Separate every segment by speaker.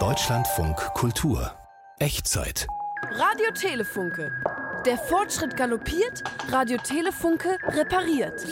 Speaker 1: Deutschlandfunk Kultur. Echtzeit.
Speaker 2: Radio Telefunke. Der Fortschritt galoppiert, Radio Telefunke repariert.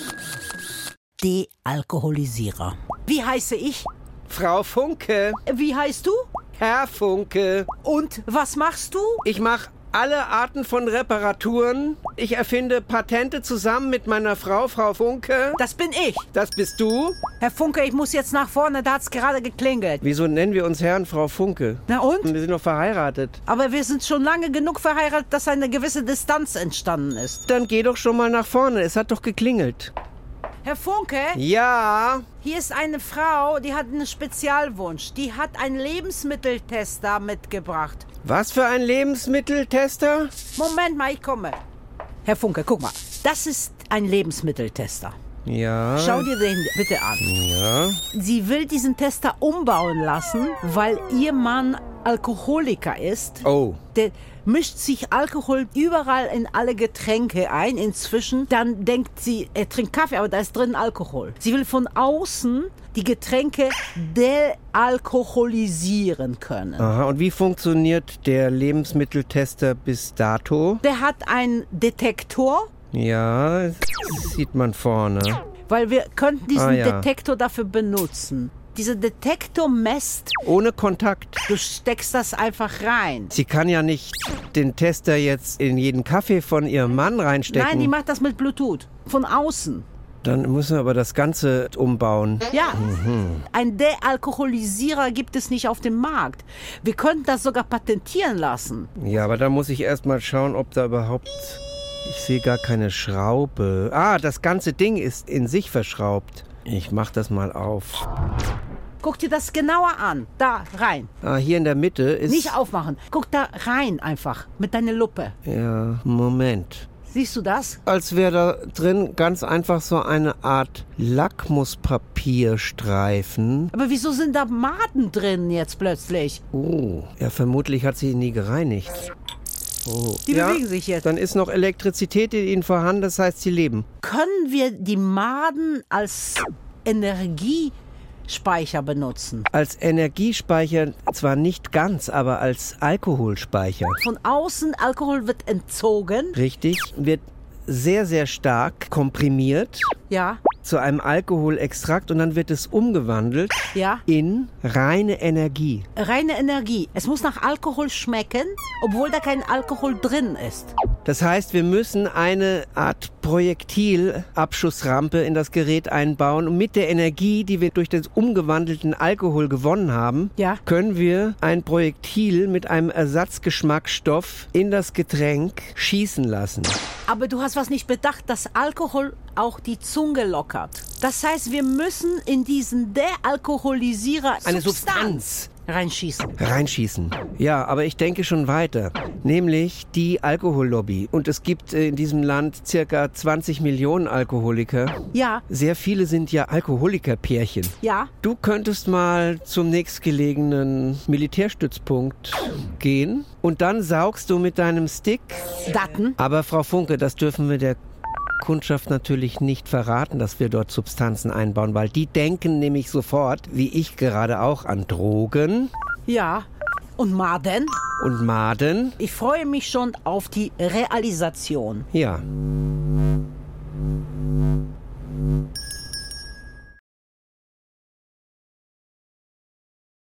Speaker 3: Dealkoholisierer.
Speaker 4: Wie heiße ich?
Speaker 5: Frau Funke,
Speaker 4: Wie heißt du?
Speaker 5: Herr Funke,
Speaker 4: Und was machst du?
Speaker 5: ich mache alle Arten von Reparaturen. Ich erfinde Patente zusammen mit meiner Frau, Frau Funke.
Speaker 4: Das bin ich.
Speaker 5: Das bist du.
Speaker 4: Herr Funke, ich muss jetzt nach vorne, da hat's gerade geklingelt.
Speaker 5: Wieso nennen wir uns Herrn, Frau Funke?
Speaker 4: Na und?
Speaker 5: Wir sind doch verheiratet.
Speaker 4: Aber wir sind schon lange genug verheiratet, dass eine gewisse Distanz entstanden ist.
Speaker 5: Dann geh doch schon mal nach vorne. Es hat doch geklingelt.
Speaker 4: Herr Funke,
Speaker 5: Ja.
Speaker 4: hier ist eine Frau, die hat einen Spezialwunsch. Die hat einen Lebensmitteltester mitgebracht.
Speaker 5: Was für ein Lebensmitteltester?
Speaker 4: Moment mal, ich komme. Herr Funke, guck mal. Das ist ein Lebensmitteltester.
Speaker 5: Ja.
Speaker 4: Schau dir den bitte an.
Speaker 5: Ja.
Speaker 4: Sie will diesen Tester umbauen lassen, weil ihr Mann Alkoholiker ist.
Speaker 5: Oh.
Speaker 4: Der mischt sich Alkohol überall in alle Getränke ein inzwischen. Dann denkt sie, er trinkt Kaffee, aber da ist drin Alkohol. Sie will von außen die Getränke dealkoholisieren können.
Speaker 5: Aha, und wie funktioniert der Lebensmitteltester bis dato?
Speaker 4: Der hat einen Detektor,
Speaker 5: Ja, das sieht man vorne.
Speaker 4: weil wir könnten diesen
Speaker 5: Ah, ja.
Speaker 4: Detektor dafür benutzen. Dieser Detektor messt,
Speaker 5: Ohne Kontakt.
Speaker 4: du steckst das einfach rein.
Speaker 5: Sie kann ja nicht den Tester jetzt in jeden Kaffee von ihrem Mann reinstecken.
Speaker 4: Nein, die macht das mit Bluetooth. Von außen.
Speaker 5: Dann müssen wir aber das Ganze umbauen.
Speaker 4: Ja. Ein Dealkoholisierer gibt es nicht auf dem Markt. Wir könnten das sogar patentieren lassen.
Speaker 5: Ja, aber dann muss ich erstmal schauen, ob da überhaupt. Ich sehe gar keine Schraube. Ah, das ganze Ding ist in sich verschraubt. Ich mach das mal auf.
Speaker 4: Guck dir das genauer an. Da rein.
Speaker 5: Ah, hier in der Mitte ist.
Speaker 4: Nicht aufmachen. Guck da rein einfach mit deiner Lupe.
Speaker 5: Ja, Moment.
Speaker 4: Siehst du das?
Speaker 5: Als wäre da drin ganz einfach so eine Art Lackmuspapierstreifen.
Speaker 4: Aber wieso sind da Maden drin jetzt plötzlich?
Speaker 5: Oh, ja, vermutlich hat sie ihn nie gereinigt. Oh.
Speaker 4: Die
Speaker 5: ja,
Speaker 4: bewegen sich jetzt.
Speaker 5: Dann ist noch Elektrizität in ihnen vorhanden, das heißt, sie leben.
Speaker 4: Können wir die Maden als Energiespeicher benutzen?
Speaker 5: Als Energiespeicher zwar nicht ganz, aber als Alkoholspeicher.
Speaker 4: Von außen Alkohol wird entzogen.
Speaker 5: Richtig, wird sehr, sehr stark komprimiert
Speaker 4: Ja,
Speaker 5: zu einem Alkoholextrakt und dann wird es umgewandelt
Speaker 4: ja.
Speaker 5: in reine Energie.
Speaker 4: reine Energie. Es muss nach Alkohol schmecken, obwohl da kein Alkohol drin ist.
Speaker 5: Das heißt, wir müssen eine Art Projektilabschussrampe in das Gerät einbauen und mit der Energie, die wir durch den umgewandelten Alkohol gewonnen haben,
Speaker 4: Ja.
Speaker 5: können wir ein Projektil mit einem Ersatzgeschmacksstoff in das Getränk schießen lassen.
Speaker 4: Aber du hast was nicht bedacht, dass Alkohol auch die Zunge lockert. Das heißt, wir müssen in diesen Dealkoholisierer
Speaker 5: Eine Substanz.
Speaker 4: reinschießen.
Speaker 5: Reinschießen. Ja, aber ich denke schon weiter. Nämlich die Alkohollobby. Und es gibt äh, in diesem Land circa 20 Millionen Alkoholiker.
Speaker 4: Ja,
Speaker 5: Sehr viele sind ja Alkoholikerpärchen.
Speaker 4: ja.
Speaker 5: Du könntest mal zum nächstgelegenen Militärstützpunkt gehen und dann saugst du mit deinem Stick.
Speaker 4: Daten.
Speaker 5: Aber Frau Funke, das dürfen wir der Kundschaft natürlich nicht verraten, dass wir dort Substanzen einbauen, weil die denken nämlich sofort, wie ich gerade auch, an Drogen
Speaker 4: Ja. Und Maden.
Speaker 5: und Maden.
Speaker 4: Ich freue mich schon auf die Realisation.
Speaker 5: Ja.